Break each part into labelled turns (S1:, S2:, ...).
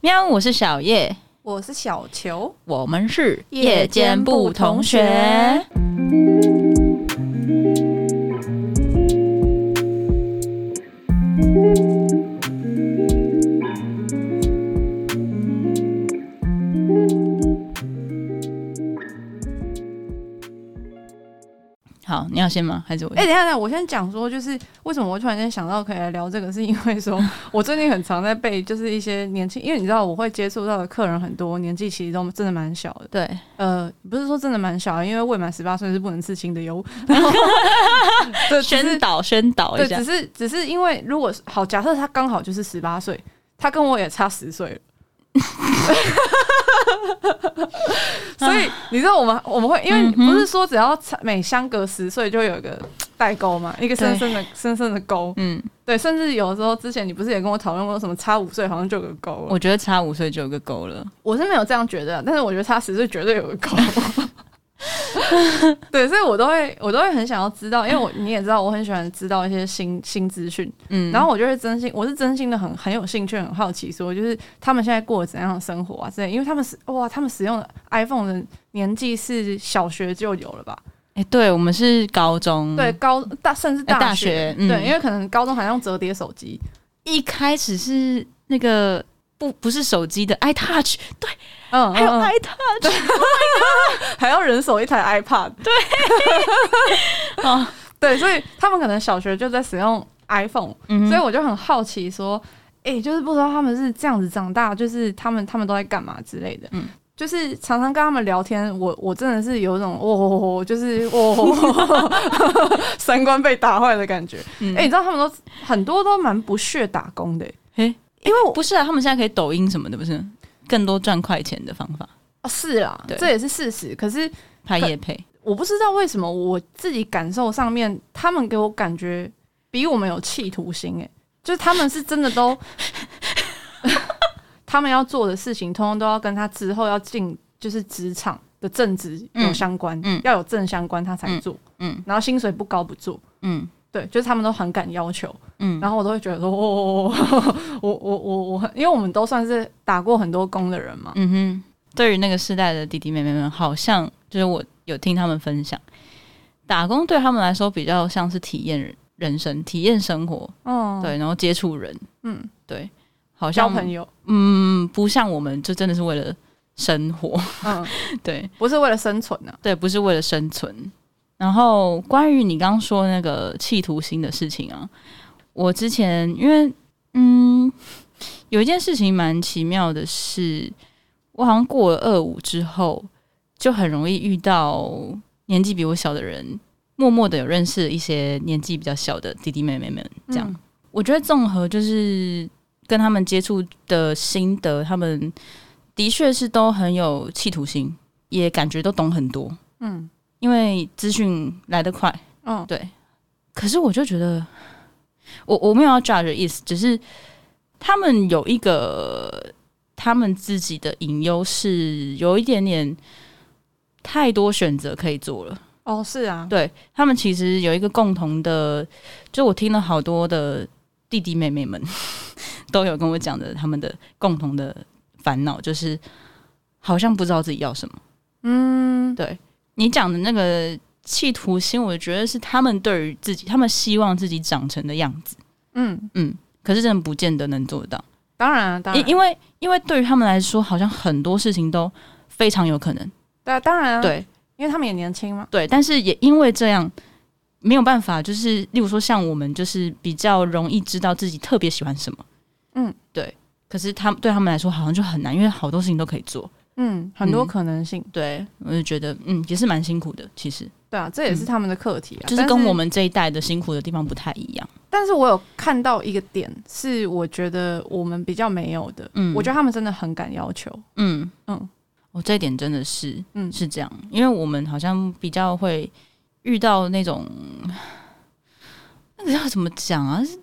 S1: 喵，我是小叶，
S2: 我是小球，
S1: 我们是
S2: 夜间部同学。
S1: 好，你要先吗？还是我
S2: 哎、
S1: 先？
S2: 等一下，等一下，我先讲说，就是为什么我突然间想到可以来聊这个，是因为说我最近很常在被就是一些年轻，因为你知道我会接触到的客人很多，年纪其实都真的蛮小的。
S1: 对，
S2: 呃，不是说真的蛮小的，啊因为未满十八岁是不能刺青的哟。然后对，只
S1: 宣
S2: 是
S1: 导宣导
S2: 对，
S1: 一下
S2: 只。是只是因为如果是好，假设他刚好就是十八岁，他跟我也差十岁 了。所以你知道我们我们会因为
S1: 嗯哼
S2: 不是说只要差每相隔十岁就有一个代沟嘛，一个深
S1: 对
S2: 深的深深的沟，
S1: 嗯，
S2: 对，甚至有的时候之前你不是也跟我讨论过什么差五岁好像就有个沟了，
S1: 我觉得差五岁就有个够了。
S2: 我是没有这样觉得，但是我觉得差十岁绝对有个高。 对，所以我都会，我都会很想要知道，因为我你也知道，我很喜欢知道一些新新资讯，
S1: 嗯，
S2: 然后我就会真心，我是真心的很很有兴趣，很好奇，说就是他们现在过怎样的生活啊之类，因为他们是哇，他们使用的 iPhone 的年纪是小学就有了吧？
S1: 哎、对我们是高中，
S2: 对，，高大甚至
S1: 嗯呃大
S2: 学
S1: 学，嗯
S2: 对，因为可能高中还用折叠手机，
S1: 一开始是那个不不是手机的 iTouch，
S2: 嗯，
S1: 还有
S2: 嗯嗯
S1: iTouch
S2: 还要人手一台 iPad，
S1: 哦，
S2: 对，所以他们可能小学就在使用 iPhone，、
S1: 嗯
S2: 所以我就很好奇说，诶，就是不知道他们是这样子长大，就是他们他们都在干嘛之类的，
S1: 嗯
S2: 就是常常跟他们聊天，我我真的是有一种哦，就是哦， 三观被打坏的感觉。
S1: 嗯
S2: 诶，你知道他们都很多都蛮不屑打工的、欸
S1: 诶
S2: 因为我
S1: 不是啊，他们现在可以抖音什么的，不是更多赚快钱的方法，
S2: 哦是啦
S1: 对，
S2: 这也是事实，可是
S1: 拍夜配。
S2: 我不知道为什么我自己感受上面，他们给我感觉比我们有企图心、欸，就是他们是真的都， 他们要做的事情，通通都要跟他之后要进就是职场的正职有相关，
S1: 嗯嗯
S2: 要有正相关他才做，
S1: 嗯
S2: 然后薪水不高不做，
S1: 嗯
S2: 对，就是他们都很敢要求，
S1: 嗯，
S2: 然后我都会觉得说，哦，我我我我很，因为我们都算是打过很多工的人嘛，
S1: 嗯哼，对于那个世代的弟弟妹妹们，好像就是我有听他们分享，打工对他们来说比较像是体验人人生、体验生活，
S2: 嗯，，
S1: 对，然后接触人，
S2: 嗯，
S1: 对，好
S2: 交
S1: 像
S2: 朋友，
S1: 嗯，不像我们就真的是为了生活，
S2: 嗯，
S1: 对
S2: 不是为了生存啊呢、
S1: 对，不是为了生存。然后关于你刚刚说那个企图心的事情啊，我之前因为嗯，有一件事情蛮奇妙的是，我好像过了二五之后，就很容易遇到年纪比我小的人，默默的有认识一些年纪比较小的弟弟妹妹们，这样。
S2: 嗯
S1: 我觉得综合就是跟他们接触的心得，他们的确是都很有企图心，也感觉都懂很多，
S2: 嗯
S1: 因为资讯来得快。
S2: 嗯，
S1: 对，可是我就觉得，我我没有要 judge 的意思，只是他们有一个他们自己的隐忧是有一点点太多选择可以做了。
S2: 哦，是啊，
S1: 对他们其实有一个共同的，就我听了好多的弟弟妹妹们 都有跟我讲的他们的共同的烦恼，就是好像不知道自己要什么。
S2: 嗯，
S1: 对你讲的那个企图心，我觉得是他们对于自己，他们希望自己长成的样子，
S2: 嗯，
S1: 嗯，可是真的不见得能做得到，
S2: 当然啊，当然
S1: 因，因为因为对于他们来说，好像很多事情都非常有可能，
S2: 对啊，当然、啊，，
S1: 对，
S2: 因为他们也年轻嘛，
S1: 对，但是也因为这样，没有办法，就是例如说像我们，就是比较容易知道自己特别喜欢什么，
S2: 嗯，
S1: 对。可是他们对他们来说好像就很难，因为好多事情都可以做。
S2: 嗯，很多
S1: 嗯
S2: 可能性，
S1: 对，我就觉得嗯，也是蛮辛苦的。其实
S2: 对啊，这也是他们的课题啊，
S1: 嗯就是
S2: 但
S1: 跟我，们这一代的辛苦的地方不太一样。
S2: 但是我有看到一个点，是我觉得我们比较没有的，
S1: 嗯
S2: 我觉得他们真的很敢要求，
S1: 嗯
S2: 嗯
S1: 我这一点真的是
S2: 嗯
S1: 是这样，因为我们好像比较会遇到那种 那个要怎么讲啊？是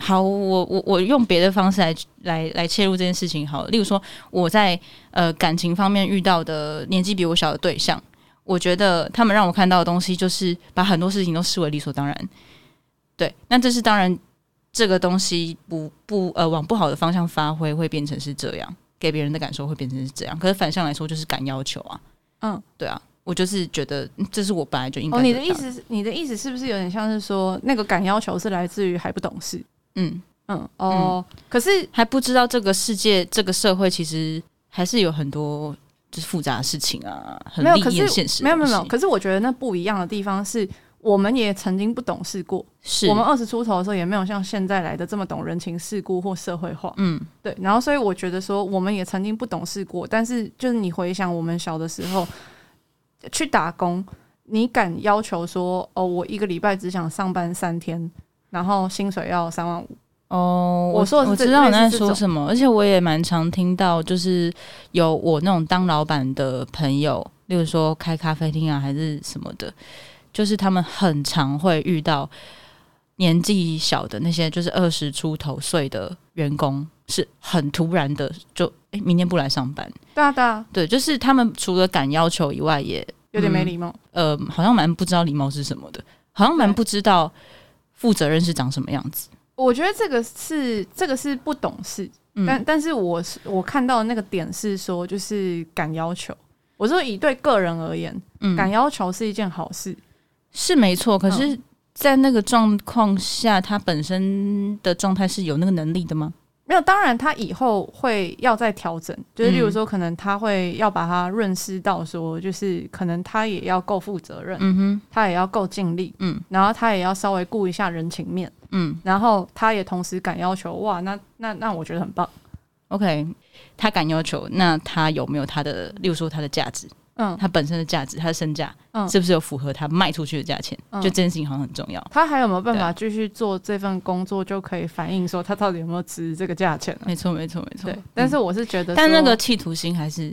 S1: 好，我我我用别的方式来来来切入这件事情好了，例如说我在呃感情方面遇到的年纪比我小的对象，我觉得他们让我看到的东西就是把很多事情都视为理所当然。对，那这是当然这个东西不不呃往不好的方向发挥，会变成是这样，给别人的感受会变成是这样。可是反向来说，就是敢要求啊，
S2: 嗯，
S1: 对啊，我就是觉得嗯这是我本来就应该。
S2: 哦，你的意，思是，你的意思是不是有点像是说，那个敢要求是来自于还不懂事？
S1: 嗯，
S2: 嗯，哦，可是
S1: 还不知道这个世界这个社会其实还是有很多就是复杂的事情啊，很
S2: 没有，
S1: 利
S2: 可
S1: 益的现
S2: 是
S1: 实
S2: 没
S1: 的
S2: 有
S1: 东西。
S2: 没有没有，可是我觉得那不一样的地方是。我们也曾经不懂事过，
S1: 是
S2: 我们二十出头的时候也没有像现在来的这么懂人情世故或社会化。
S1: 嗯
S2: 对，然后所以我觉得说，我们也曾经不懂事过，但是就是你回想我们小的时候去打工，你敢要求说，哦，我一个礼拜只想上班三天，然后薪水要三万五，
S1: 哦，
S2: 我说的是
S1: 我
S2: 这
S1: 知道你在
S2: 类似这
S1: 说
S2: 种
S1: 什么，而且我也蛮常听到，就是有我那种当老板的朋友，例如说开咖啡厅啊，还是什么的，就是他们很常会遇到年纪小的那些，就是二十出头岁的员工，是很突然的就诶、明天不来上班。
S2: 对啊对啊，
S1: 对，就是他们除了敢要求以外也
S2: 有点没
S1: 嗯
S2: 礼貌。
S1: 呃，好像蛮不知道礼貌是什么的，好像蛮
S2: 对
S1: 不知道负责任是长什么样子。
S2: 我觉得这个是这个是不懂事，
S1: 嗯
S2: 但但是我是我看到的那个点是说，就是敢要求。我说以对个人而言，
S1: 嗯
S2: 敢要求是一件好事。
S1: 是没错，可
S2: 嗯
S1: 是，在那个状况下，他本身的状态是有那个能力的吗？
S2: 没有，当然他以后会要再调整，就是
S1: 嗯
S2: 例如说，可能他会要把它润湿到说，就是可能他也要够负责任，
S1: 嗯哼，
S2: 他也要够尽力，
S1: 嗯
S2: 然后他也要稍微顾一下人情面，
S1: 嗯
S2: 然后他也同时敢要求，哇，那那那我觉得很棒，
S1: ，OK，他敢要求，那他有没有他的，例如说他的价值，
S2: 嗯，
S1: 他本身的价值，他的身价，
S2: 嗯
S1: 是不是有符合他卖出去的价钱？
S2: 嗯
S1: 就这件事情好像很重要。
S2: 他还有没有办法继续做这份工作，就可以反映说他到底有没有值这个价钱了、
S1: 没错，没错，没错。
S2: 对
S1: 嗯，
S2: 但是我是觉得说，
S1: 但那个企图心还是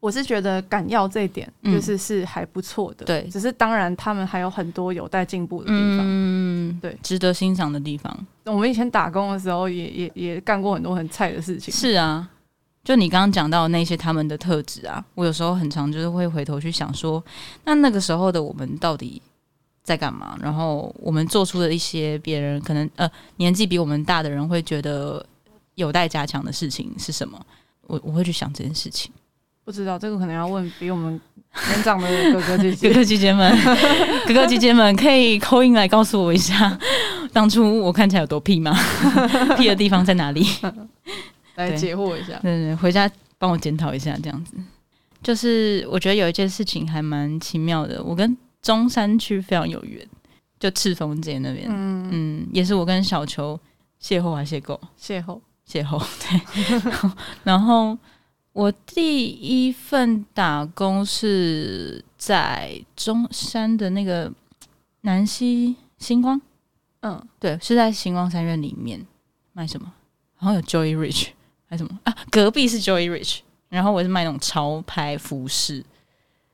S2: 我是觉得敢要这一点，
S1: 嗯
S2: 就是是还不错的，
S1: 对
S2: 只是当然他们还有很多有待进步的地方。
S1: 嗯，
S2: 对
S1: 值得欣赏的地方。
S2: 我们以前打工的时候也，也也干过很多很菜的事情。
S1: 是啊，就你刚刚讲到的那些他们的特质啊，我有时候很常就是会回头去想说，那那个时候的我们到底在干嘛？然后我们做出的一些别人可能呃年纪比我们大的人会觉得有待加强的事情是什么？我我会去想这件事情。
S2: 不知道这个可能要问比我们年长的哥哥姐
S1: 哥
S2: 姐。
S1: 哥姐姐们，哥哥姐姐们可以 扣印来告诉我一下，当初我看起来有多屁吗？ 屁的地方在哪里？
S2: 来
S1: 对
S2: 解惑一下。
S1: 对对嗯对，回家帮我检讨一下，这样子。就是我觉得有一件事情还蛮奇妙的，我跟中山区非常有缘，就赤峰街那边，
S2: 嗯，
S1: 嗯也是我跟小球邂逅啊还邂逅
S2: 邂逅
S1: 邂逅，对。 然后我第一份打工是在中山的那个南溪星光，
S2: 嗯，
S1: 对，是在星光三院里面卖什么？好像有 Joy Rich 还是什么啊？隔壁是 Joy Rich，然后我是卖那种潮牌服饰，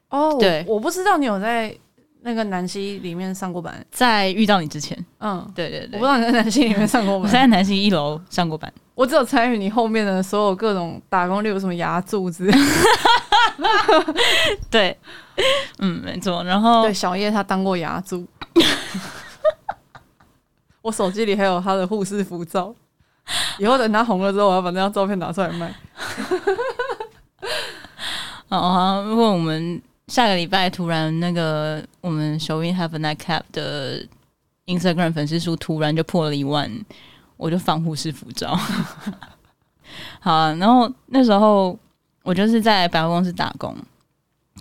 S2: 哦，我
S1: 对
S2: 我不知道你有在那个南溪里面上过班。
S1: 在遇到你之前，
S2: 嗯，
S1: 对对
S2: 我不
S1: 对
S2: 知，道你在南溪里面上过
S1: 我
S2: 班。
S1: 在南溪一楼上过班，
S2: 我只有参与你后面的所有各种打工，例如什么牙柱子。
S1: 对，嗯，没错。然后
S2: 对，小叶他当过牙 柱。我手机里还有他的护士服照，以后等他红了之后，我要把那张照片拿出来卖。
S1: 哦，好像问我们下个礼拜突然那个我们 Shall We Have a Nightcap 的 Instagram 粉丝数突然就破了一万，我就放护士服照。好啊、然后那时候我就是在百货公司打工，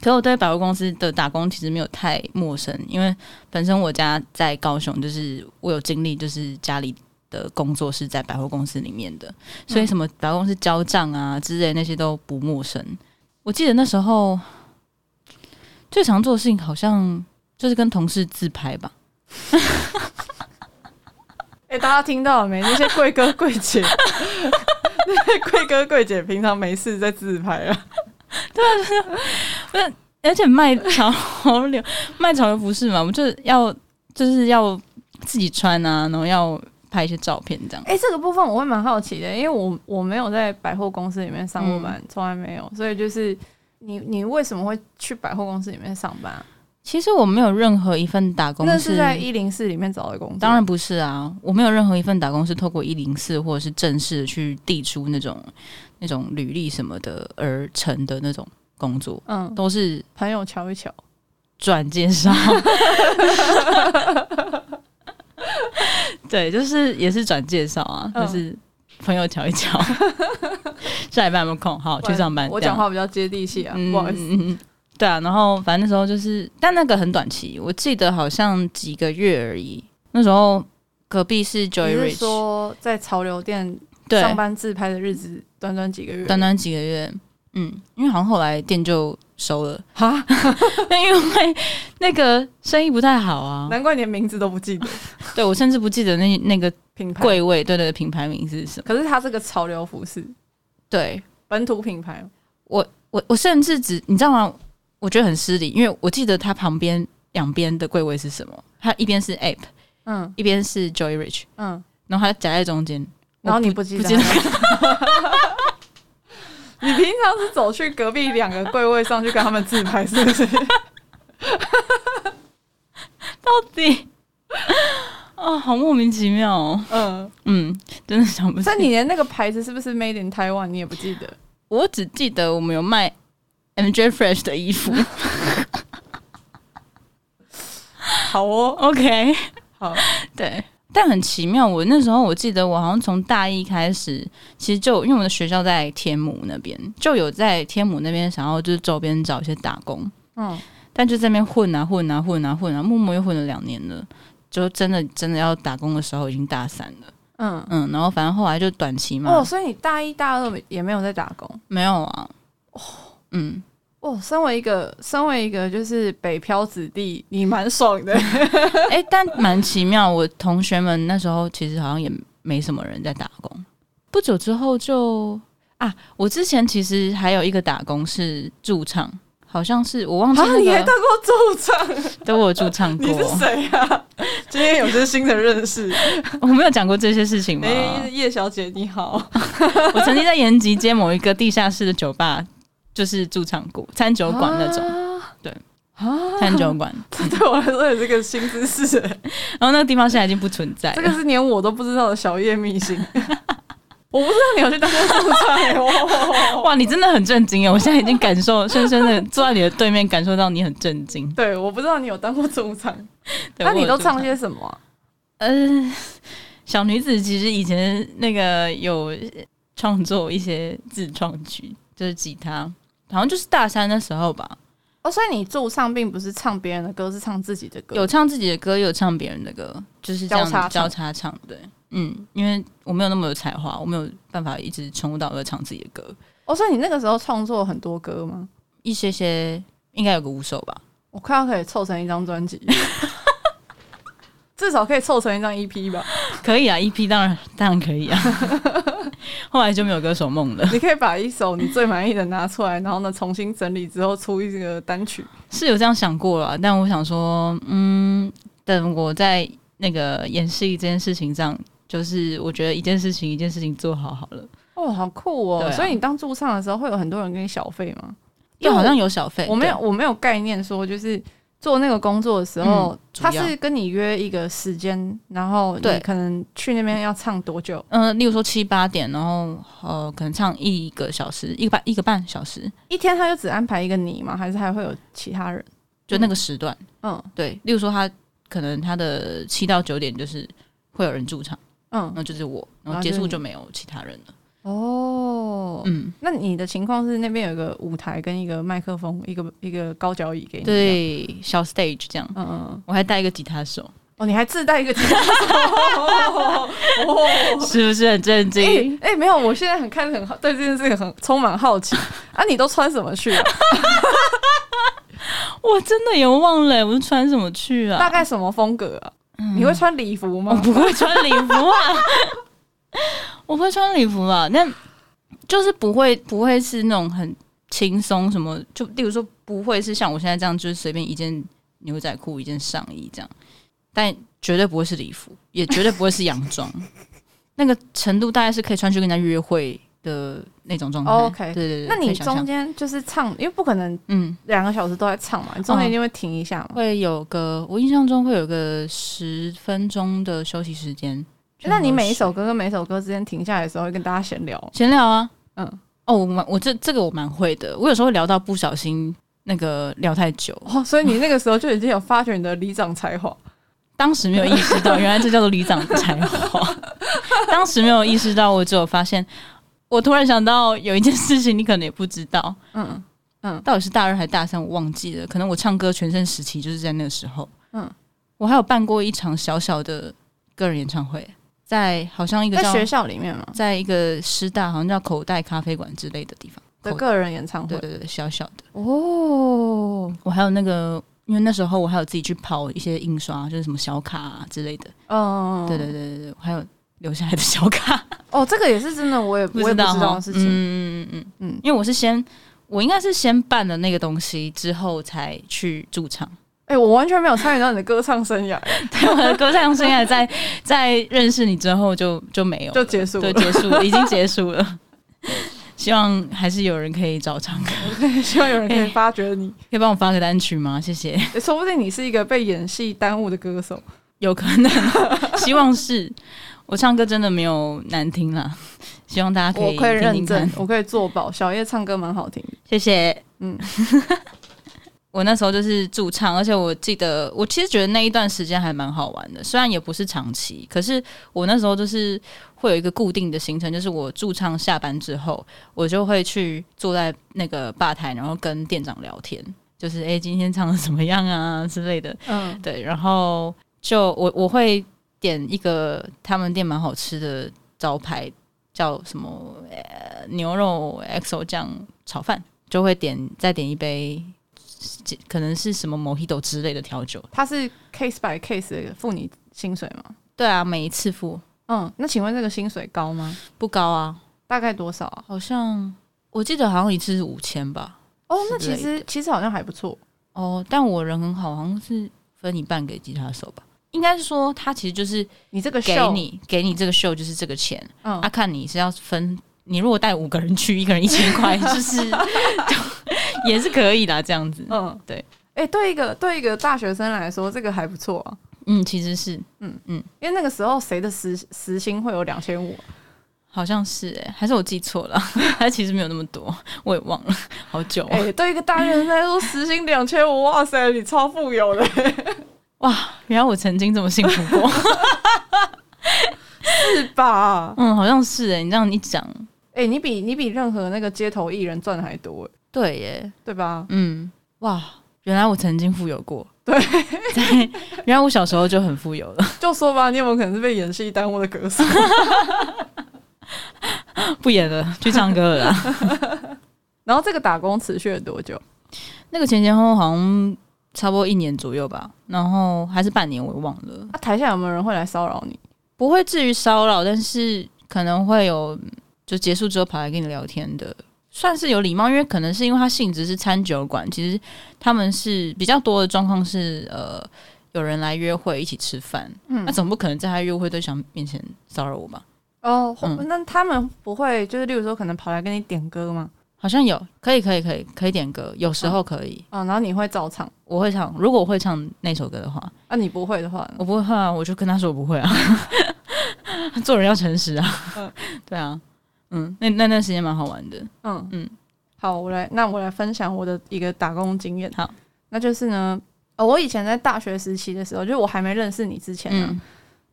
S1: 可我对百货公司的打工其实没有太陌生，因为本身我家在高雄，就是我有经历，就是家里的工作是在百货公司里面的，所以什么百货公司交账啊之类那些都不陌生。我记得那时候最常做的事情好像就是跟同事自拍吧。
S2: 哎、大家听到了没？那些贵哥贵 姐，那些贵哥贵姐平常没事在自拍啊。
S1: 而且卖潮流，卖潮流服饰嘛，我们就是要就是要自己穿啊，然后要拍一些照片这样。
S2: 哎、这个部分我会蛮好奇的，因为我我没有在百货公司里面上过班，从、来没有，所以就是你你为什么会去百货公司里面上班啊？
S1: 其实我没有任何一份打工
S2: 那
S1: 是
S2: 是在一零四里面找的工作，
S1: 当然不是啊，我没有任何一份打工是透过一零四或者是正式的去递出那种那种履历什么的而成的那种工作，
S2: 嗯，
S1: 都是
S2: 朋友瞧一瞧，
S1: 转介绍。对，就是也是转介绍啊，
S2: 嗯
S1: 就是朋友瞧一瞧， 下礼拜有没有空？好，哦去上班。
S2: 我
S1: 这样
S2: 讲话比较接地气啊，
S1: 嗯
S2: 不好意思，
S1: 嗯嗯对啊，然后反正那时候就是，但那个很短期，我记得好像几个月而已。那时候隔壁是
S2: 你
S1: Joy
S2: 是
S1: Rich，
S2: 说在潮流店
S1: 对，
S2: 上班自拍的日子，短短几个月，
S1: 短短几个月，嗯，因为好像后来店就收了，
S2: 哈，
S1: 但 因为那个生意不太好啊。
S2: 难怪连名字都不记得，
S1: 对我甚至不记得那那个
S2: 品牌。
S1: 柜位，对对，品牌名是什么？
S2: 可是它这个潮流服饰，
S1: 对
S2: 本土品牌，
S1: 我，我甚至只你知道吗？我觉得很失礼，因为我记得它旁边两边的柜位是什么？它一边是 App，
S2: 嗯
S1: 一边是 Joy Rich，
S2: 嗯，
S1: 然后它夹在中间。
S2: 然后
S1: 我
S2: 你不记得
S1: 不记得
S2: 它。 你平常是走去隔壁两个柜位上去跟他们自拍，是不是？
S1: 到底啊，好莫名其妙哦。
S2: 嗯，
S1: 嗯，真的想不起
S2: 但。你连那个牌子是不是 Made in Taiwan 你也不记得？
S1: 我只记得我们有卖 MJ Fresh 的衣 服。
S2: 好哦，
S1: OK，
S2: 好，
S1: 对。但很奇妙，我那时候我记得我好像从大一开始，其实就因为我的学校在天母那边，就有在天母那边想要就是周边找一些打工，
S2: 嗯，
S1: 但就在那边混啊混啊混啊混啊，默默又混了两年了，就真的真的要打工的时候已经大三了，
S2: 嗯，
S1: 嗯，然后反正后来就短期嘛，
S2: 哦，所以你大一大二也没有在打工。
S1: 没有啊，嗯，
S2: 哦，身为一个身为一个就是北漂子弟，你蛮爽 的。
S1: 哎、但蛮奇妙，我同学们那时候其实好像也没什么人在打工。不久之后就啊，我之前其实还有一个打工是驻唱，好像是我忘记
S2: 啊，你还
S1: 那
S2: 当
S1: 个，
S2: 过驻唱？
S1: 都我有驻唱过
S2: 你，是谁啊？ 今天有些新的认识。
S1: 我没有讲过这些事情吗？
S2: 哎、叶小姐你好。
S1: 我曾经在延吉街某一个地下室的酒吧，就是驻唱过餐酒馆那种、
S2: 啊
S1: 对
S2: 啊，
S1: 餐酒馆，
S2: 这 对我来说也是个新知识，
S1: 然后那个地方现在已经不存在
S2: 这个
S1: 了。
S2: 是连我都不知道的小夜秘辛。 我不知道你有去当过驻唱耶、哇
S1: 哇，你真的很震惊哦！我现在已经感受深深的坐在你的对面，感受到你很震惊。
S2: 对，我不知道你有当过驻唱，
S1: 对
S2: 那你都？
S1: 我有驻
S2: 唱些什么啊、
S1: 呃， 小女子其实以前那个有创作一些自创曲，就是吉他，好像就是大三的时候吧，
S2: 哦，所以你驻唱并不是唱别人的歌，是唱自己的歌。
S1: 有唱自己的歌，也有唱别人的歌，就是这样
S2: 交叉唱
S1: 交叉唱。对，嗯，因为我没有那么有才华，我没有办法一直从头到尾唱自己的歌，
S2: 哦，所以你那个时候创作很多歌吗？
S1: 一些些应该有个五首吧。
S2: 我快要可以凑成一张专 辑，至少可以凑成一张 EP 吧。
S1: 可以啊，EP 当然当然可 以啊。后来就没有歌手梦了，
S2: 你可以把一首你最满意的拿出来，然后呢重新整理之后出一个单曲。
S1: 是有这样想过了，但我想说，嗯，等我在那个演戏这件事情上，就是我觉得一件事情一件事情做好好了，
S2: 哦，好酷哦！
S1: 对啊
S2: 所以你当驻唱的时候，会有很多人给你小费吗？
S1: 因为好像有小费，
S2: 我没有，
S1: 对
S2: 我没有概念说就是做那个工作的时候，
S1: 嗯主
S2: 他
S1: 要
S2: 是跟你约一个时间，然后你
S1: 对
S2: 可能去那边要唱多久？
S1: 嗯、例如说七八点，然后呃，可能唱一个小时，一个半一个半小时，
S2: 一天他就只安排一个你吗？还是还会有其他人？
S1: 就那个时段，
S2: 嗯
S1: 对，例如说他可能他的七到九点就是会有人驻场，
S2: 嗯
S1: 然后就是我，然
S2: 然
S1: 后
S2: 后
S1: 结
S2: 就是
S1: 束
S2: 你
S1: 就没有其他人了，
S2: 哦。
S1: 嗯，
S2: 那你的情况是那边有一个舞台跟一个麦克风，一个一个高脚椅
S1: 哦
S2: 给你。，
S1: 对，小 stage 这样，
S2: 嗯嗯嗯。
S1: 我还带一个吉他手，
S2: 哦，你还自带一个吉他 手？哦，
S1: 是不是很震
S2: 哎、
S1: 惊？
S2: 哎没有，我现在很看很好，对这件事情很充满好 奇啊！你都穿什么去、 啊？
S1: 我真的也忘了，我是穿什么去
S2: 大
S1: 啊？
S2: 概什么风格啊？嗯你会穿礼服
S1: 我
S2: 吗？
S1: 不会 穿礼服啊，我会穿礼服啦，但就是不会不会是那种很轻松什么，就例如说不会是像我现在这样，就是随便一件牛仔裤、一件上衣这样，但绝对不 会是礼服，也绝对不会是洋装，那个程度大概是可以穿去跟人家约会的那种状态。
S2: 哦，OK
S1: 对对对，
S2: 那
S1: 可
S2: 你
S1: 以想象
S2: 中间就是唱，因为不可能
S1: 嗯
S2: 两个小时都在唱嘛，你中间一定会停一下嘛。
S1: 会有个，我印象中会有个十分钟的休息时间。
S2: 那你
S1: 去喝
S2: 每一首
S1: 水
S2: 歌跟每一首歌之间停下来的时候，会跟大家闲聊。
S1: 闲聊啊？
S2: 嗯，
S1: 哦，我蛮我这这个我蛮会的，我有时候会聊到不小心那个聊太久，
S2: 哦，所以你那个时候就已经有发掘你的里长才华。
S1: 当时没有意识到，原来这叫做里长才 华。当时没有意识到，我只有发现，我突然想到有一件事情，你可能也不知道，
S2: 嗯
S1: 到底是大二还是大三，我忘记了。可能我唱歌全盛时期就是在那个时候。
S2: 嗯
S1: 嗯，我还有办过一场小小的个人演唱会，在好像一个
S2: 在
S1: 叫
S2: 学校里面嘛
S1: 在一个师大，好像叫口袋咖啡馆之类的地方。
S2: 的
S1: 口
S2: 个人演唱
S1: 对
S2: 会。
S1: 对对，小小的。
S2: 哦，
S1: 我还有那个，因为那时候我还有自己去跑一些印刷，就是什么小卡、啊、之类的。
S2: 嗯，
S1: 对对对对对，我还有留下来的小卡，
S2: 哦，这个也是真的，我也我也不知道
S1: 哈
S2: 的事
S1: 嗯
S2: 情。
S1: 嗯嗯嗯
S2: 嗯
S1: 嗯，因为我是先，我应该是先办了那个东西之后才去驻唱。
S2: 哎，我完全没有参与到你的歌唱生涯，
S1: 对，我的 歌唱生涯在在认识你之后就就没有了，
S2: 就结束
S1: 对，
S2: 了。
S1: 结束了，已经结束 了。希望还是有人可以找唱歌，
S2: 希望有人可以发掘你，
S1: 可以帮我发个单曲吗？谢谢，
S2: 诶说不定你是一个被演戏耽误的歌手。
S1: 有可能， 希望是。我唱歌真的没有难听啦，希望大家可
S2: 我
S1: 以
S2: 可以
S1: 听听
S2: 认证
S1: 看，。
S2: 我可以做保。小叶唱歌蛮好听的。
S1: 谢谢。嗯，
S2: 嗯
S1: 我那时候就是驻唱，而且我记得，我其实觉得那一段时间还蛮好玩的，虽然也不是长期，可是我那时候就是会有一个固定的行程，就是我驻唱下班之后，我就会去坐在那个吧台，然后跟店长聊天，就是诶，今天唱的怎么样啊之类的。
S2: 嗯，
S1: 对，然后就我我会点一个他们店蛮好吃的招牌，叫什么、呃、牛肉 XO 酱炒饭，就会点再点一杯，可能是什么 Mojito 之类的调酒。
S2: 他是 case by case 的付你薪水吗？
S1: 对啊，每一次付
S2: 嗯，那请问这个薪水高吗？
S1: 不高啊，
S2: 大概多少啊？
S1: 好像我记得好像一次是五千吧。
S2: 哦，那
S1: 之类
S2: 其实其实好像还不错。
S1: 哦，但我人很好，好像是分一半给吉他手吧。应该是说，他其实就是
S2: 你这个
S1: 给
S2: show，
S1: 你给你这个秀就是这个钱，
S2: 嗯
S1: 啊，看你是要分，你如果带五个人去，一个人一千 块，就是 也是可以啦，这样子。
S2: 嗯，
S1: 对。
S2: 哎、对一个对一个大学生来说，这个还不错啊，
S1: 嗯，其实是
S2: 因为那个时候谁的时时薪会有两千五？啊
S1: 好像是哎、还是我记错了， 还是其实没有那么多，我也忘了，好久、哦
S2: 哎、对一个大学生来说，时薪两千五，哇塞，你超富有的，
S1: 哇，原来我曾经这么幸福 过。
S2: 是吧？
S1: 嗯，好像是哎、你这样一讲，
S2: 哎、你比你比任何那个街头艺人赚的还多、哎
S1: 对耶、
S2: 对吧？
S1: 嗯，哇，原来我曾经富有过。对，原来我小时候就很富有了，
S2: 就说吧，你有没有可能是被演戏耽误的歌手？
S1: 不演了，去唱歌了啦。
S2: 然后这个打工持续了多久？
S1: 那个前前后后好像差不多一年左右吧，然后还是半年，我也忘了。
S2: 啊，台下有没有人会来骚扰你？
S1: 不会至于骚扰，但是可能会有就结束之后跑来跟你聊天的，算是有礼貌，因为可能是因为它性质是餐酒馆，其实他们是比较多的状况是呃有人来约会一起吃饭，
S2: 嗯
S1: 那、总不可能在他约会对象面前骚扰我吧？
S2: 哦，或
S1: 嗯
S2: 那他们不会就是，例如说，可能跑来跟你点歌吗？
S1: 好像有，可以可以可以可以点歌，有时候可以，
S2: 啊、然后你会照唱，
S1: 我会唱，如果我会唱那首歌的话，
S2: 啊，你不会的话呢，
S1: 我不会啊，我就跟他说我不会啊。 做人要诚实啊， 对啊，嗯，那那段时间蛮好玩的，
S2: 嗯嗯
S1: 嗯，
S2: 好，我来，那我来分享我的一个打工经验。
S1: 好，
S2: 那就是呢，呃，我以前在大学时期的时候，就是我还没认识你之前呢、啊
S1: 嗯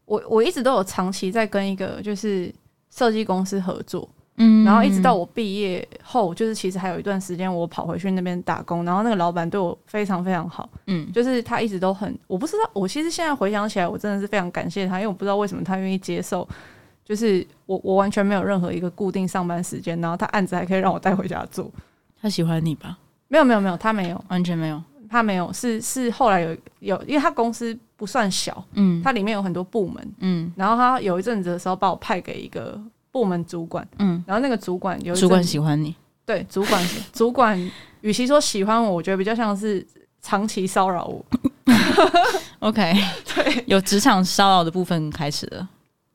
S2: 我我一直都有长期在跟一个就是设计公司合作，
S1: 嗯
S2: 然后一直到我毕业后，就是其实还有一段时间我跑回去那边打工，然后那个老板对我非常非常好，
S1: 嗯
S2: 就是他一直都很，我不知道，我其实现在回想起来，我真的是非常感谢他，因为我不知道为什么他愿意接受，就是我我完全没有任何一个固定上班时间，然后他案子还可以让我带回家做，
S1: 他喜欢你吧？
S2: 没有没有没有，他没有
S1: 完全没有，
S2: 他没有，是是后来有有，因为他公司不算小，
S1: 嗯
S2: 它里面有很多部门，
S1: 嗯
S2: 然后他有一阵子的时候把我派给一个部门主管，
S1: 嗯，
S2: 然后那个主管有一阵子
S1: 主管喜欢你，
S2: 对主 管主管，与其说喜欢我，我觉得比较像是长期骚扰我，
S1: ，OK，对，有职场骚扰的部分开始了，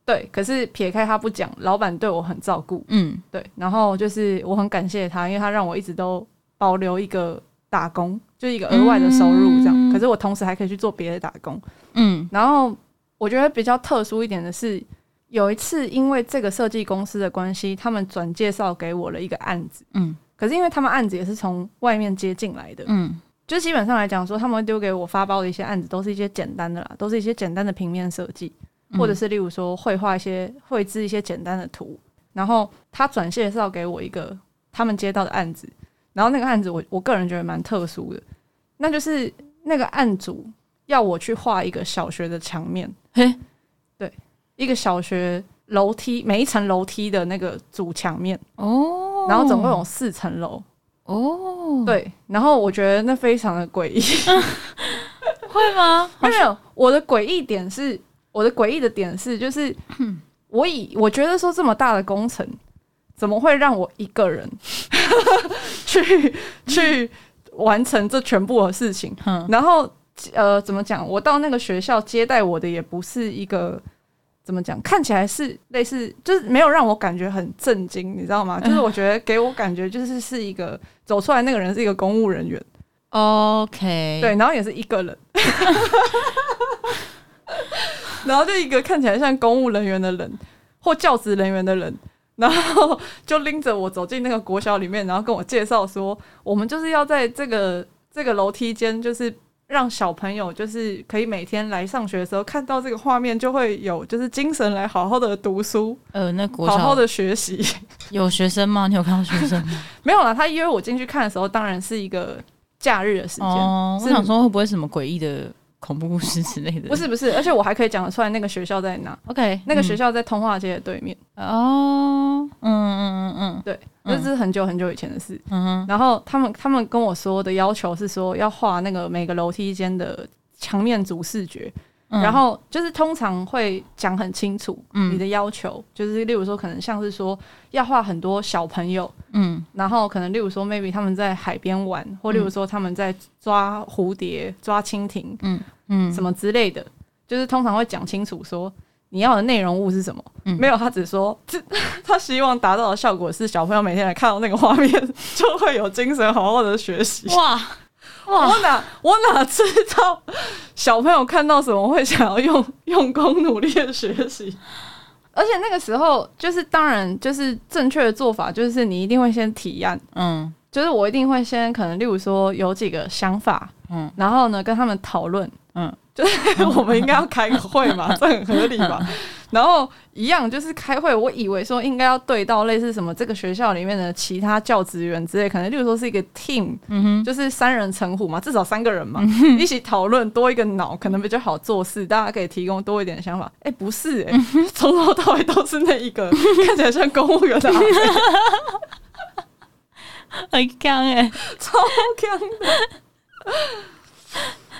S2: 对，可是撇开他不讲，老板对我很照顾，
S1: 嗯
S2: 对，然后就是我很感谢他，因为他让我一直都保留一个打工，就是一个额外的收入这样。
S1: 嗯
S2: 可是我同时还可以去做别的打工。
S1: 嗯
S2: 然后我觉得比较特殊一点的是，有一次因为这个设计公司的关系，他们转介绍给我了一个案子，
S1: 嗯
S2: 可是因为他们案子也是从外面接进来的，
S1: 嗯
S2: 就基本上来讲说，他们会丢给我发包的一些案子，都是一些简单的啦，都是一些简单的平面设计。
S1: 嗯，
S2: 或者是例如说绘画一些绘制一些简单的图，然后他转介绍给我一个他们接到的案子，然后那个案子我我个人觉得蛮特殊的，那就是那个案主要我去画一个小学的墙面，
S1: 嘿，
S2: 一个小学楼梯每一层楼梯的那个主墙面，
S1: 哦，
S2: 然后总共有四层楼，
S1: 哦，，
S2: 对，然后我觉得那非常的诡异，
S1: 会吗？
S2: 没有没有，我的诡异点是，我的诡异的点是，就是我以我觉得说这么大的工程，怎么会让我一个人 去去完成这全部的事情？
S1: 嗯
S2: 然后呃，怎么讲？我到那个学校接待我的也不是一个。怎么讲？看起来是类似，就是没有让我感觉很震惊，你知道吗？就是我觉得给我感觉就是是一个走出来那个人是一个公务人员，
S1: ，OK，
S2: 对，，然后也是一个人， 然后就一个看起来像公务人员的人或教职人员的人，然后就拎着我走进那个国小里面，然后跟我介绍说，我们就是要在这个这个楼梯间，就是让小朋友就是可以每天来上学的时候看到这个画面，就会有就是精神来好好的读书，
S1: 呃，那国
S2: 好好
S1: 小
S2: 的学习。
S1: 有学生吗？你有看到学生吗？
S2: 没有啦，他约我进去看的时候，当然是一个假日的时间。
S1: 哦，我
S2: 是
S1: 想说会不会什么诡异的恐怖故事之类的？
S2: 不是不是，而且我还可以讲得出来那个学校在哪。
S1: ，OK，
S2: 那个学
S1: 校
S2: 校在通化街的对面，
S1: 哦，嗯嗯嗯嗯
S2: 对，
S1: 嗯
S2: 那、是很久很久以前的事。
S1: 嗯哼，
S2: 然后他们他们跟我说的要求是说要画那个每个楼梯间的墙面主视觉，
S1: 嗯
S2: 然后就是通常会讲很清楚
S1: 嗯
S2: 你的要求，就是例如说可能像是说要画很多小朋友，
S1: 嗯
S2: 然后可能例如说 maybe 他们在海边玩，或例如说他们在抓蝴蝶、抓蜻蜓
S1: 嗯
S2: 什么之类的，就是通常会讲清楚说你要的内容物是什么。
S1: 嗯
S2: 没有，他只说这 他希望达到的效果是小朋友每天来看到那个画面就会有精神好好的学习。
S1: 哇哇
S2: 我哪我哪知道小朋友看到什么会想要用 用功努力的学习？而且那个时候，就是当然，就是正确的做法，就是你一定会先提案，
S1: 嗯
S2: 就是我一定会先可能，例如说有几个想法，
S1: 嗯
S2: 然后呢跟他们讨论，
S1: 嗯
S2: 就是我们应该要开个会 嘛，这很合理吧？然后一样就是开会，我以为说应该要对到类似什么这个学校里面的其他教职员之类，可能例如说是一个 team，、嗯
S1: 嗯哼
S2: 就是三人成虎嘛，至少三个人嘛，一起讨论多一个脑可能比较好做事，大家可以提供多一点想法。哎、不是哎、从头到尾都是那一个看起来像公务员啊 的阿伯，
S1: 很刚哎，
S2: 超强的。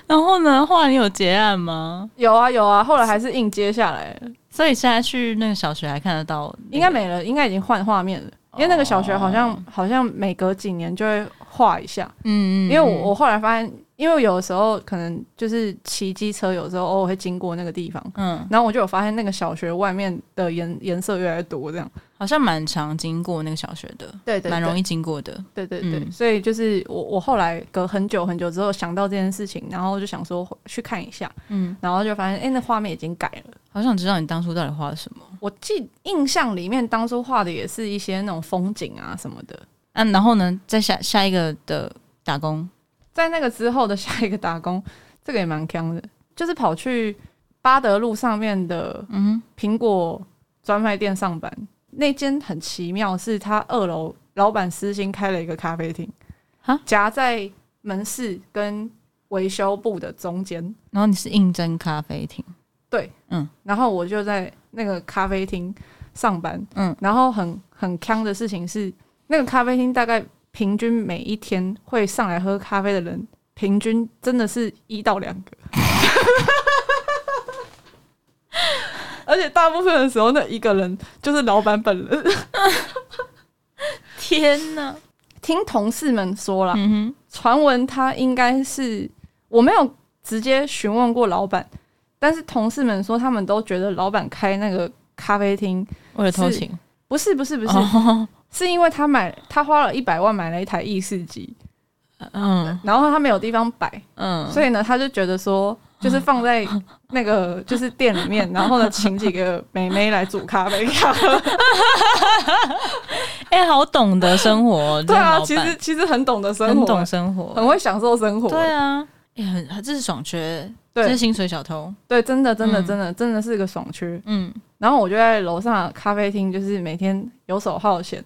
S1: 然后呢，后来你有结案吗？
S2: 有啊有啊，后来还是硬接下来了，
S1: 所以现在去那个小学还看得到那个，
S2: 应该没了，应该已经换画面了。因为那个小学好像、好像每隔几年就会画一下，
S1: 嗯，嗯，
S2: 因为我我后来发现，因为有的时候可能就是骑机车，有时候偶哦尔会经过那个地方，
S1: 嗯
S2: 然后我就有发现那个小学外面的颜颜色越来越多，这样
S1: 好像蛮常经过那个小学的，
S2: 对
S1: 蛮容
S2: 易，
S1: 易经过的，
S2: 对对对，
S1: 嗯
S2: 所以就是我我后来隔很久很久之后想到这件事情，然后就想说去看一下，
S1: 嗯，
S2: 然后就发现哎、诶那画面已经改了。
S1: 好想知道你当初到底画了什么。
S2: 我记印象里面当初画的也是一些那种风景啊什么的，
S1: 嗯、然后呢，再下下一个的打工，
S2: 在那个之后的下一个打工，这个也蛮坑的，就是跑去巴德路上面的
S1: 嗯
S2: 苹果专卖店上班。那间很奇妙，是他二楼老板私心开了一个咖啡厅
S1: 哈，
S2: 夹在门市跟维修部的中间。
S1: 然后你是应征咖啡厅，
S2: 然后我就在那个咖啡厅上班，
S1: 嗯
S2: 嗯，然后很很坑的事情是，那个咖啡厅大概平均每一天会上来喝咖啡的人，平均真的是一到两个，而且大部分的时候，那一个人就是老板本人。
S1: 天哪，
S2: 听同事们说啦，
S1: 嗯
S2: 传闻他应该是我没有直接询问过老板，但是同事们说他们都觉得老板开那个咖啡厅，
S1: 为了偷情，
S2: 不是不是不是，
S1: 哦，
S2: 是因为他买他花了一百万买了一台意式机，
S1: 嗯
S2: 然后他没有地方摆，
S1: 嗯，
S2: 所以呢，他就觉得说，就是放 在那个就是店里面，然后呢，请几个美眉来煮咖啡 给他喝。
S1: 哎、好懂得生活，
S2: 对啊，
S1: 这
S2: 其
S1: 个老
S2: 实
S1: 板
S2: 其实很懂得生
S1: 很
S2: 活
S1: 懂，生活，
S2: 很会享受生活。
S1: 对啊，哎、很这是爽缺，
S2: 对
S1: 这是薪水小偷，
S2: 对，啊真的真的
S1: 嗯
S2: 真的真的是个爽缺。
S1: 嗯，
S2: 然后我就在楼上的咖啡厅，就是每天游手好闲，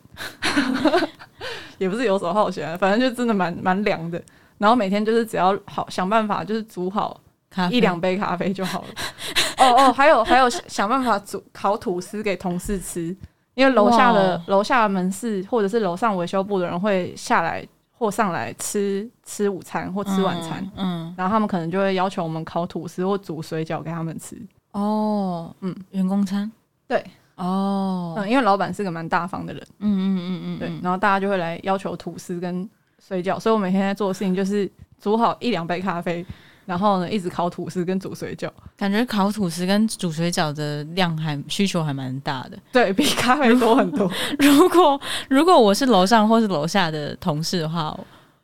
S2: 也不是游手好闲啊，反正就真的蛮蛮凉的。然后每天就是只要好想办法，就是煮好
S1: 咖啡
S2: 一两杯咖啡就好了。 哦哦，还有还有，想办法煮烤吐司给同事吃，因为楼下的
S1: 哇
S2: 楼下的门市或者是楼上维修部的人会下来或上来吃吃午餐或吃晚餐，，
S1: 嗯，
S2: 然后他们可能就会要求我们烤吐司或煮水饺给他们吃。
S1: 嗯哦，
S2: 嗯
S1: 嗯，员工餐，
S2: 对，
S1: 哦，
S2: 嗯，因为老板是个蛮大方的人，
S1: 嗯嗯嗯嗯，
S2: 对，
S1: 嗯，
S2: 然后大家就会来要求吐司跟水饺，所以我每天在做的事情就是煮好一两杯咖啡，然后呢一直烤吐司跟煮水饺，
S1: 感觉烤吐司跟煮水饺的量还需求还蛮大的。
S2: 对比咖啡多很多。
S1: 如果如果我是楼上或是楼下的同事的话，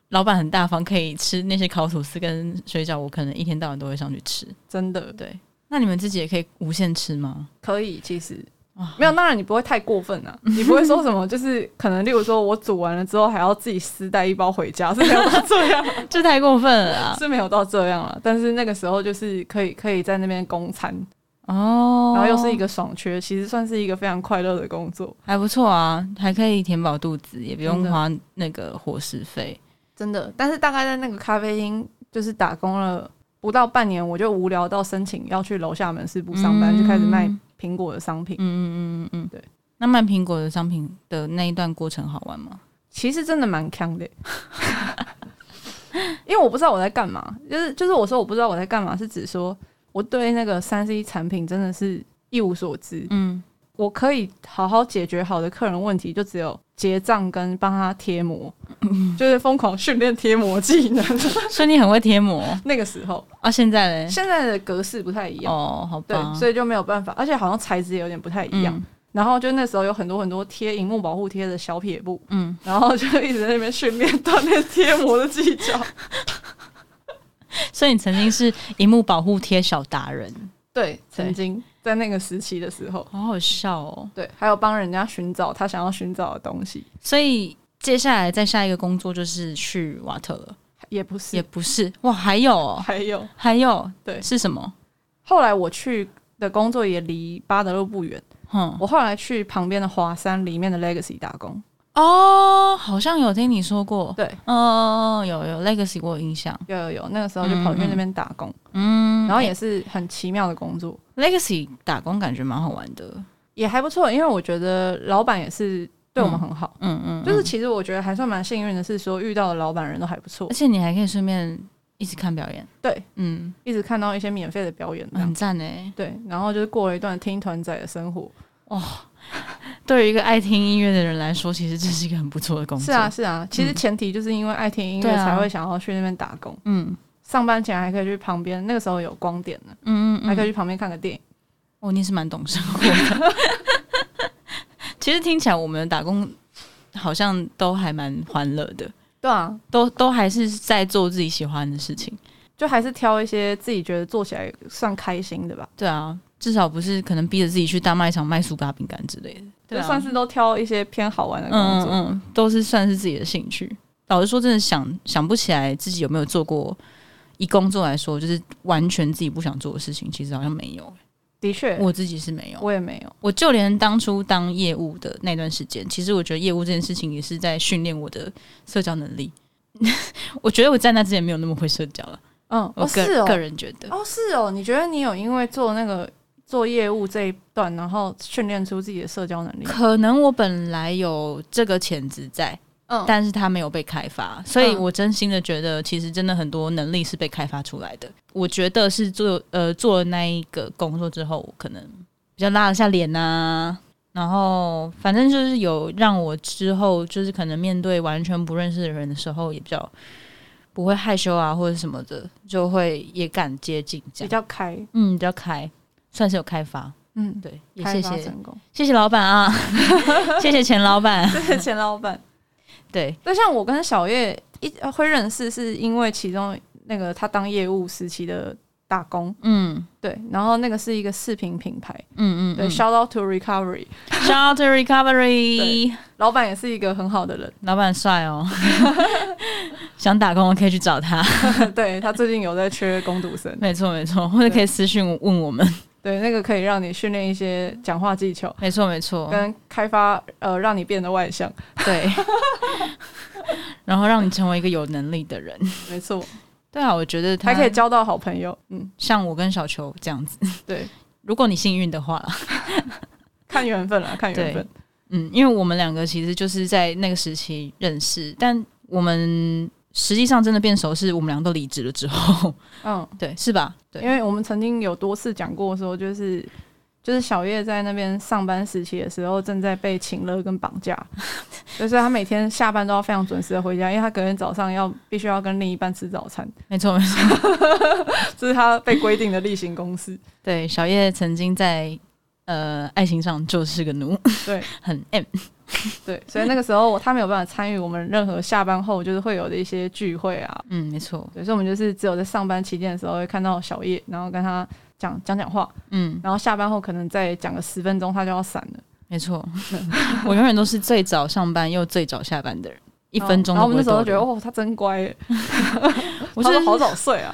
S1: 老板很大方，可以吃那些烤吐司跟水饺，我可能一天到晚都会上去吃。
S2: 真的
S1: 对，那你们自己也可以无限吃吗？
S2: 可以，其实
S1: 哇
S2: 没有，当然你不会太过分 啊，你不会说什么，就是可能，例如说我煮完了之后还要自己私带一包回家，是没有到这 样，
S1: 这太过分了啊！
S2: 是没有到这样了。但是那个时候就是可以可以在那边供餐，
S1: 哦，
S2: 然后又是一个爽缺，其实算是一个非常快乐的工作，
S1: 还不错啊，还可以填饱肚子，也不用
S2: 真的
S1: 花那个伙食费。
S2: 真的。但是大概在那个咖啡厅就是打工了不到半年，我就无聊到申请要去楼下门市部上班，
S1: 嗯
S2: 就开始卖苹果的商品。
S1: 嗯嗯嗯嗯，嗯
S2: 对。
S1: 那卖苹果的商品的那一段过程好玩吗？
S2: 其实真的蛮强的， 因为我不知道我在干嘛，就是就是我说我不知道我在干嘛，是指说我对那个三 C 产品真的是一无所知。
S1: 嗯，
S2: 我可以好好解决好的客人问题，就只有结账跟帮他贴膜，就是疯狂训练贴膜技能。
S1: 所以你很会贴膜
S2: 那个时候，
S1: 啊？现在嘞？
S2: 现在的格式不太一样，
S1: 哦，嗯好吧，
S2: 对，所
S1: 以
S2: 以就没有办法，而且好像材质也有点不太一样。然后就那时候有很多很多贴荧幕保护贴的小撇布，
S1: 嗯，
S2: 然后就一直在那边训练锻炼贴膜的技巧。
S1: 嗯所以你曾经是荧幕保护贴小达人，
S2: 对，曾经在那个时期的时候，
S1: 好好笑哦。
S2: 对，还有帮人家寻找他想要寻找的东西，
S1: 所以接下来再下一个工作就是去瓦特了，
S2: 也不
S1: 也
S2: 是，
S1: 不是哇，还有哦，
S2: 还有
S1: 还有
S2: 对
S1: 是什么？
S2: 后来我去的工作也离巴德路不远，
S1: 哼
S2: 我后来去旁边的华山里面的 Legacy 打工，
S1: 哦，好像有听你说过，
S2: 对，
S1: 嗯、哦，有有 Legacy 我有印象，
S2: 有有有，那个时候就跑去那边打工，
S1: 嗯，
S2: 然后也是很奇妙的工作，
S1: Legacy 打工感觉蛮好玩的，
S2: 也还不错，因为我觉得老板也是对我们很好，
S1: 嗯嗯，
S2: 就是
S1: 嗯
S2: 其实我觉得还算蛮幸运的是说遇到的老板人都还不错
S1: 而，且你还可以顺便一直看表演，
S2: 对，
S1: 嗯，
S2: 一直看到一些免费的表演这样
S1: 很赞哎。
S2: 对，然后就是过了一段听团仔的生活，
S1: 对于一个爱听音乐的人来说，其实这是一个很不错的工作。
S2: 是啊，，是啊，其实前提就是因为爱听音乐
S1: 哦对啊
S2: 才会想要去那边打工。
S1: 嗯
S2: 上班前还可以去旁边，那个时候有光点呢，
S1: 嗯嗯嗯，
S2: 还可以去旁边看个电影。
S1: 哦，你是蛮懂生活的。其实听起来我们打工好像都还蛮欢乐的，
S2: 对啊，
S1: 都都还是在做自己喜欢的事情。
S2: 就还是挑一些自己觉得做起来算开心的吧，
S1: 对啊，至少不是可能逼着自己去大卖场卖苏打饼干之类的。对啊
S2: 就算是都挑一些偏好玩的工
S1: 嗯
S2: 作。
S1: 嗯，都是算是自己的兴趣。老实说，真的想想不起来自己有没有做过。以工作来说，就是完全自己不想做的事情，其实好像没有。
S2: 的确，
S1: 我自己是没有，
S2: 我也没有。
S1: 我就连当初当业务的那段时间，其实我觉得业务这件事情也是在训练我的社交能力。 我觉得我在那之前没有那么会社交了，
S2: 嗯，
S1: 我
S2: 哦
S1: 个、
S2: 是
S1: 个
S2: 哦，
S1: 人觉得，
S2: 哦是哦，你觉得你有因为做那个做业务这一段，然后训练出自己的社交能力？
S1: 可能我本来有这个潜质在，
S2: 嗯，
S1: 但是它没有被开发，所以
S2: 嗯
S1: 我真心的觉得，其实真的很多能力是被开发出来的。我觉得是做呃做了那一个工作之后，我可能比较拉得下脸呐、然后反正就是有让我之后就是可能面对完全不认识的人的时候，也比较不会害羞啊或者什么的，就会也敢接近这
S2: 比
S1: 样，
S2: 较开。
S1: 嗯，比较开，算是有开发，
S2: 嗯，
S1: 对，也
S2: 开
S1: 谢
S2: 发
S1: 谢
S2: 成功，
S1: 谢谢老板 啊，谢谢钱老板。
S2: 谢谢钱老板。
S1: 对，
S2: 那像我跟小叶一呃会认识，是因为其中那个他当业务时期的打工，
S1: 嗯
S2: 对，然后那个是一个饰品品牌，
S1: 嗯嗯，
S2: 对、
S1: 嗯
S2: s h o u t out to recovery，
S1: Shout out to recovery，
S2: 老板也是一个很好的人，
S1: 老板帅哦， 想打工的可以去找他，
S2: 对他最近有在缺工读生，
S1: 没错没错，或者可以私信问我们，
S2: 对，那个可以让你训练一些讲话技巧。
S1: 没错没错，
S2: 跟开发呃，让你变得外向，
S1: 对， 然后让你成为一个有能力的人。
S2: 没错，
S1: 对啊，我觉得他
S2: 还可以交到好朋友。嗯，
S1: 像我跟小球这样子，
S2: 对，
S1: 如果你幸运的话啦，
S2: 看缘分啦，看缘
S1: 对
S2: 分。
S1: 嗯，因为我们两个其实就是在那个时期认识，但我们实际上真的变熟是我们两个都离职了之后，
S2: 嗯，
S1: 对，是吧？对，
S2: 因为我们曾经有多次讲过说，就是就是小叶在那边上班时期的时候，正在被请了跟绑架， 就是他每天下班都要非常准时的回家，因为他隔天早上要必须要跟另一半吃早餐，
S1: 没错没错。
S2: 这是他被规定的例行公事。
S1: 对，小叶曾经在呃爱情上就是个奴，
S2: 对，
S1: 很 M，
S2: 对，所以那个时候他没有办法参与我们任何下班后就是会有的一些聚会啊，
S1: 嗯，没错，
S2: 对，所以我们就是只有在上班期间的时候会看到小叶，然后跟他讲讲讲话，
S1: 嗯，
S2: 然后下班后可能再讲个十分钟，他就要散了。
S1: 没错， 我永远都是最早上班又最早下班的人，一分钟
S2: 然
S1: 都
S2: 后我
S1: 不会
S2: 们那时
S1: 多
S2: 候
S1: 的
S2: 觉
S1: 人。
S2: 得，哦，他真乖耶，
S1: 我
S2: 他都
S1: 是
S2: 好早睡啊，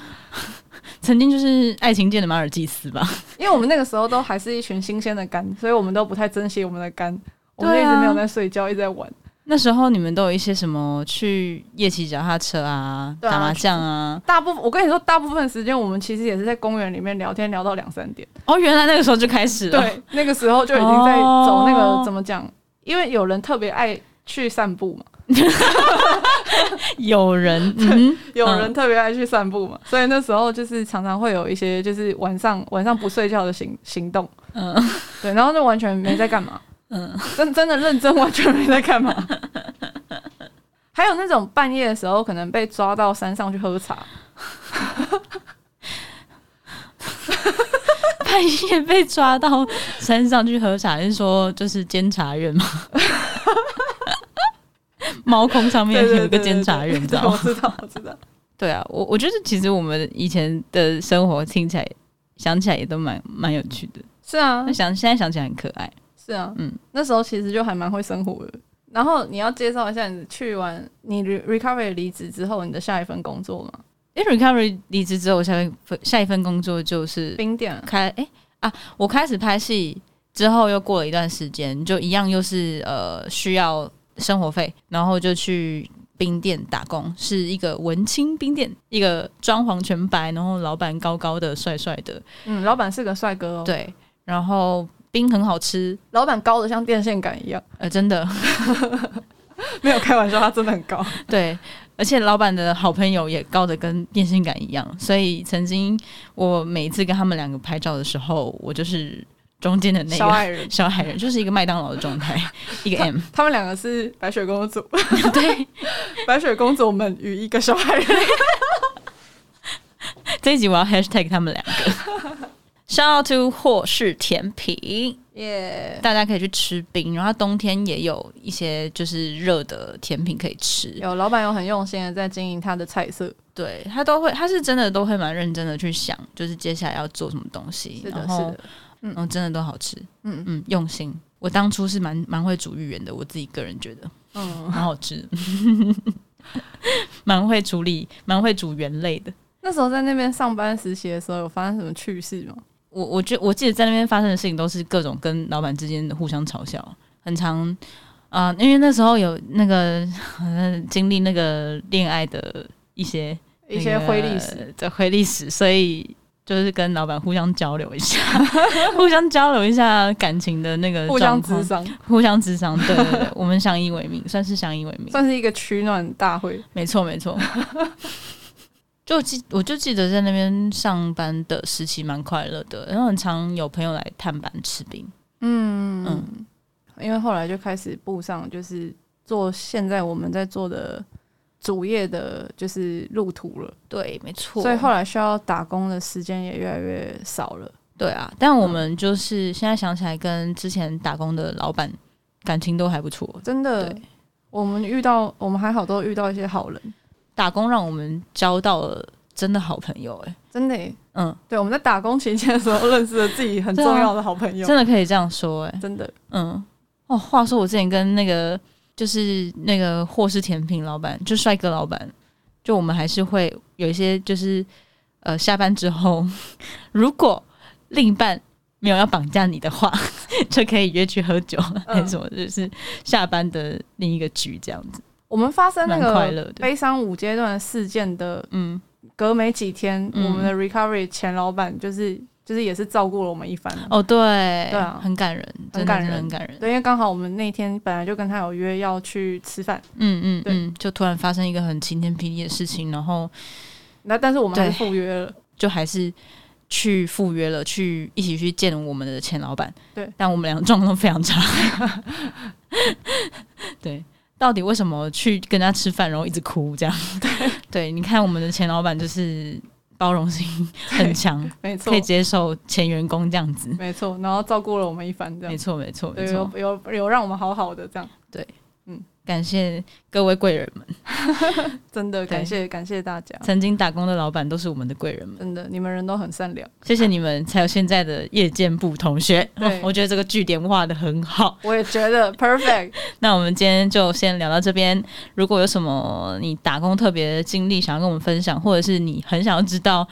S1: 曾经就是爱情界的马尔济斯吧，
S2: 因为我们那个时候都还是一群新鲜的肝，所以我们都不太珍惜我们的肝，我们
S1: 对
S2: 一
S1: 啊
S2: 直没有在睡觉，一直在玩。
S1: 那时候你们都有一些什么去夜骑脚踏车啊、
S2: 对啊
S1: 打麻将啊？
S2: 大部分我跟你说，大部分时间我们其实也是在公园里面聊天，聊到两三点。
S1: 哦，原来那个时候就开始了。
S2: 对，那个时候就已经在走那
S1: 哦
S2: 个怎么讲？因为有人特别爱去散步嘛，
S1: 有 人，嗯，
S2: 有人特别爱去散步嘛，所以那时候就是常常会有一些就是晚上晚上不睡觉的行行动，
S1: 嗯
S2: 对，然后就完全没在干嘛，
S1: 嗯，
S2: 真真的认真完全没在 干嘛。还有那种半夜的时候，可能被抓到山上去喝茶，
S1: 半夜被抓到山上去喝茶，是说就是监察院吗？ 猫空上面
S2: 对对
S1: 有一个
S2: 对对
S1: 监察院，
S2: 对
S1: 你知道
S2: 我
S1: 吗？
S2: 知道，我知道。
S1: 对啊，我我觉得其实我们以前的生活听起来、想起来也都蛮蛮有趣的。
S2: 是啊
S1: 那，想现在想起来很可爱。
S2: 是啊，
S1: 嗯
S2: 嗯，那时候其实就还蛮会生活的。然后你要介绍一下你去完你 re- recovery 离职之后你的下一份工作吗？
S1: 哎，recovery 离职之后，我下一份下一份工作就是
S2: 冰店啊，
S1: 开哎、啊，我开始拍戏之后，又过了一段时间，就一样又是呃需要生活费，然后就去冰店打工，是一个文青冰店，一个装潢全白，然后老板高高的、帅帅的，
S2: 嗯，老板是个帅哥哦，，
S1: 对，然后冰很好吃，
S2: 老板高的像电线杆一样，
S1: 呃，真的
S2: 没有开玩笑，他真的很 高。
S1: 对。而且老板的好朋友也高的跟电线杆一样，所以曾经我每一次跟他们两个拍照的时候，我就是中间的那个
S2: 小矮人，
S1: 小矮人就是一个麦当劳的状态， 一个 M。
S2: 他们两个是白雪公 主，
S1: 对，
S2: 白雪公主们与一个小矮人。
S1: 这一集我要 hashtag 他们两个。Shout out to 霍氏甜品，
S2: 耶、
S1: 大家可以去吃冰，然后它冬天也有一些就是热的甜品可以吃。
S2: 有老板有很用心的在经营他的菜色，
S1: 对他都会，他是真的都会蛮认真的去想，就是接下来要做什么东西，
S2: 是的，
S1: 然
S2: 是
S1: 后
S2: 的，
S1: 然后真的都好吃，
S2: 嗯
S1: 嗯，用心。我当初是蛮蛮会煮芋圆的，我自己个人觉得
S2: 嗯。
S1: 蛮好吃的， 蛮会处理，蛮会煮圆类的。
S2: 那时候在那边上班实习的时候，有发生什么趣事吗？
S1: 我我觉我记得在那边发生的事情都是各种跟老板之间的互相嘲笑，很常啊、呃因为那时候有那个、呃、经历那个恋爱的一些
S2: 一些灰历史，
S1: 的灰历史，所以就是跟老板互相交流一下， 互相交流一下感情的那个
S2: 互相
S1: 状
S2: 智
S1: 况
S2: 商，
S1: 互相智商，对对对，我们相依为命，算是相依为命，
S2: 算是一个取暖大会。
S1: 没错没错。 就记，我就记得在那边上班的时期蛮快乐的，然后很常有朋友来探班吃冰，
S2: 嗯
S1: 嗯
S2: 因为后来就开始步上就是做现在我们在做的主业的，就是路途了，
S1: 对，没错。
S2: 所以后来需要打工的时间也越来越少了。
S1: 对啊，但我们就是现在想起来，跟之前打工的老板感情都还不错。
S2: 真的
S1: 对，
S2: 我们遇到我们还好，都遇到一些好人，
S1: 打工让我们交到了真的好朋友、欸，
S2: 真的耶。
S1: 嗯，
S2: 对，我们在打工期间的时候认识了自己很重要的好朋友，
S1: 真的可以这样说、欸，
S2: 真的。
S1: 嗯，哦，话说我之前跟那个就是那个霍氏甜品老板，就帅哥老板，就我们还是会有一些就是呃下班之后，如果另一半没有要绑架你的话，就可以约去喝酒，
S2: 嗯
S1: 还是什么，就是下班的另一个局这样子，
S2: 我们发生那
S1: 蛮快乐
S2: 个
S1: 的
S2: 悲伤五阶段事件的
S1: 嗯，
S2: 隔没几天，
S1: 嗯
S2: 我们的 recovery 前老板就是就是也是照顾了我们一番。
S1: 哦对，
S2: 对啊
S1: 很感人，真的
S2: 感
S1: 真的
S2: 人
S1: 很感人，
S2: 对，因为刚好我们那天本来就跟他有约要去吃饭，
S1: 嗯嗯
S2: 对
S1: 嗯，就突然发生一个很晴天霹雳的事情，然后
S2: 那但是我们还
S1: 对
S2: 是赴约了。
S1: 就还是去赴约了，去一起去见我们的前老板。
S2: 对
S1: 但我们俩状况都非常差。 对，到底为什么去跟他吃饭，然后一直哭这样？对，你看我们的前老板就是包容性很强，
S2: 没错
S1: 可以，接受前员工这样子。
S2: 没错，然后照顾了我们一番，这
S1: 没
S2: 样
S1: 错，没错，没
S2: 对，
S1: 错
S2: 有。有有让我们好好的这样，
S1: 感谢各位贵人们，
S2: 真的
S1: 对
S2: 感谢感谢大家，
S1: 曾经打工的老板都是我们的贵人们。
S2: 真的你们人都很善良。
S1: 谢谢你们，才有现在的夜间部同学。
S2: 对
S1: 我觉得这个据点画的很好。
S2: 我也觉 得 perfect，
S1: 那我们今天就先聊到这边。如果有什么你打工特别的经历想要跟我们分享，或者是你很想要知道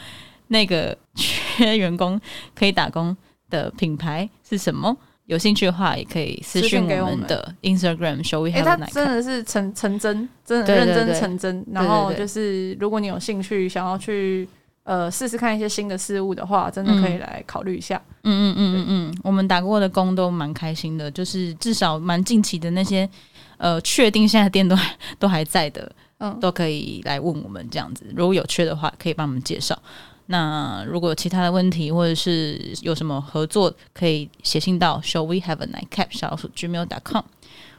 S1: 那个缺员工可以打工的品牌是什么，有兴趣的话也可以私
S2: 私
S1: 讯
S2: 讯给
S1: 我
S2: 我
S1: 们
S2: 们
S1: 的 Instagram show we
S2: 哎、
S1: have
S2: 他
S1: a night
S2: 真
S1: club。
S2: 的是成成真，真的
S1: 对对
S2: 认真
S1: 对
S2: 成真。
S1: 对
S2: 然后
S1: 对
S2: 就是，如果你有兴趣想要去呃试试看一些新的事物的话，真的可以
S1: 嗯
S2: 来考虑一下。
S1: 嗯嗯嗯嗯嗯，我们打过的工都蛮开心的，就是至少蛮近期的那些呃确定现在的店都还都还在的，
S2: 嗯，
S1: 都可以来问我们这样子。如果有缺的话，可以帮我们介绍。那如果有其他的问题，或者是有什么合作，可以写信到 shall we have a nightcap 小老鼠 gmail.com，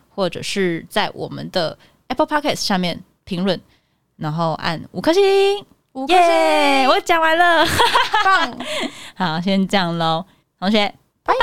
S1: 或者是在我们的 Apple Podcast 下面评论，然后按五颗星。
S2: 五颗
S1: 耶
S2: 星
S1: 我讲完了，
S2: 棒。
S1: 好，先这样喽，同学，拜拜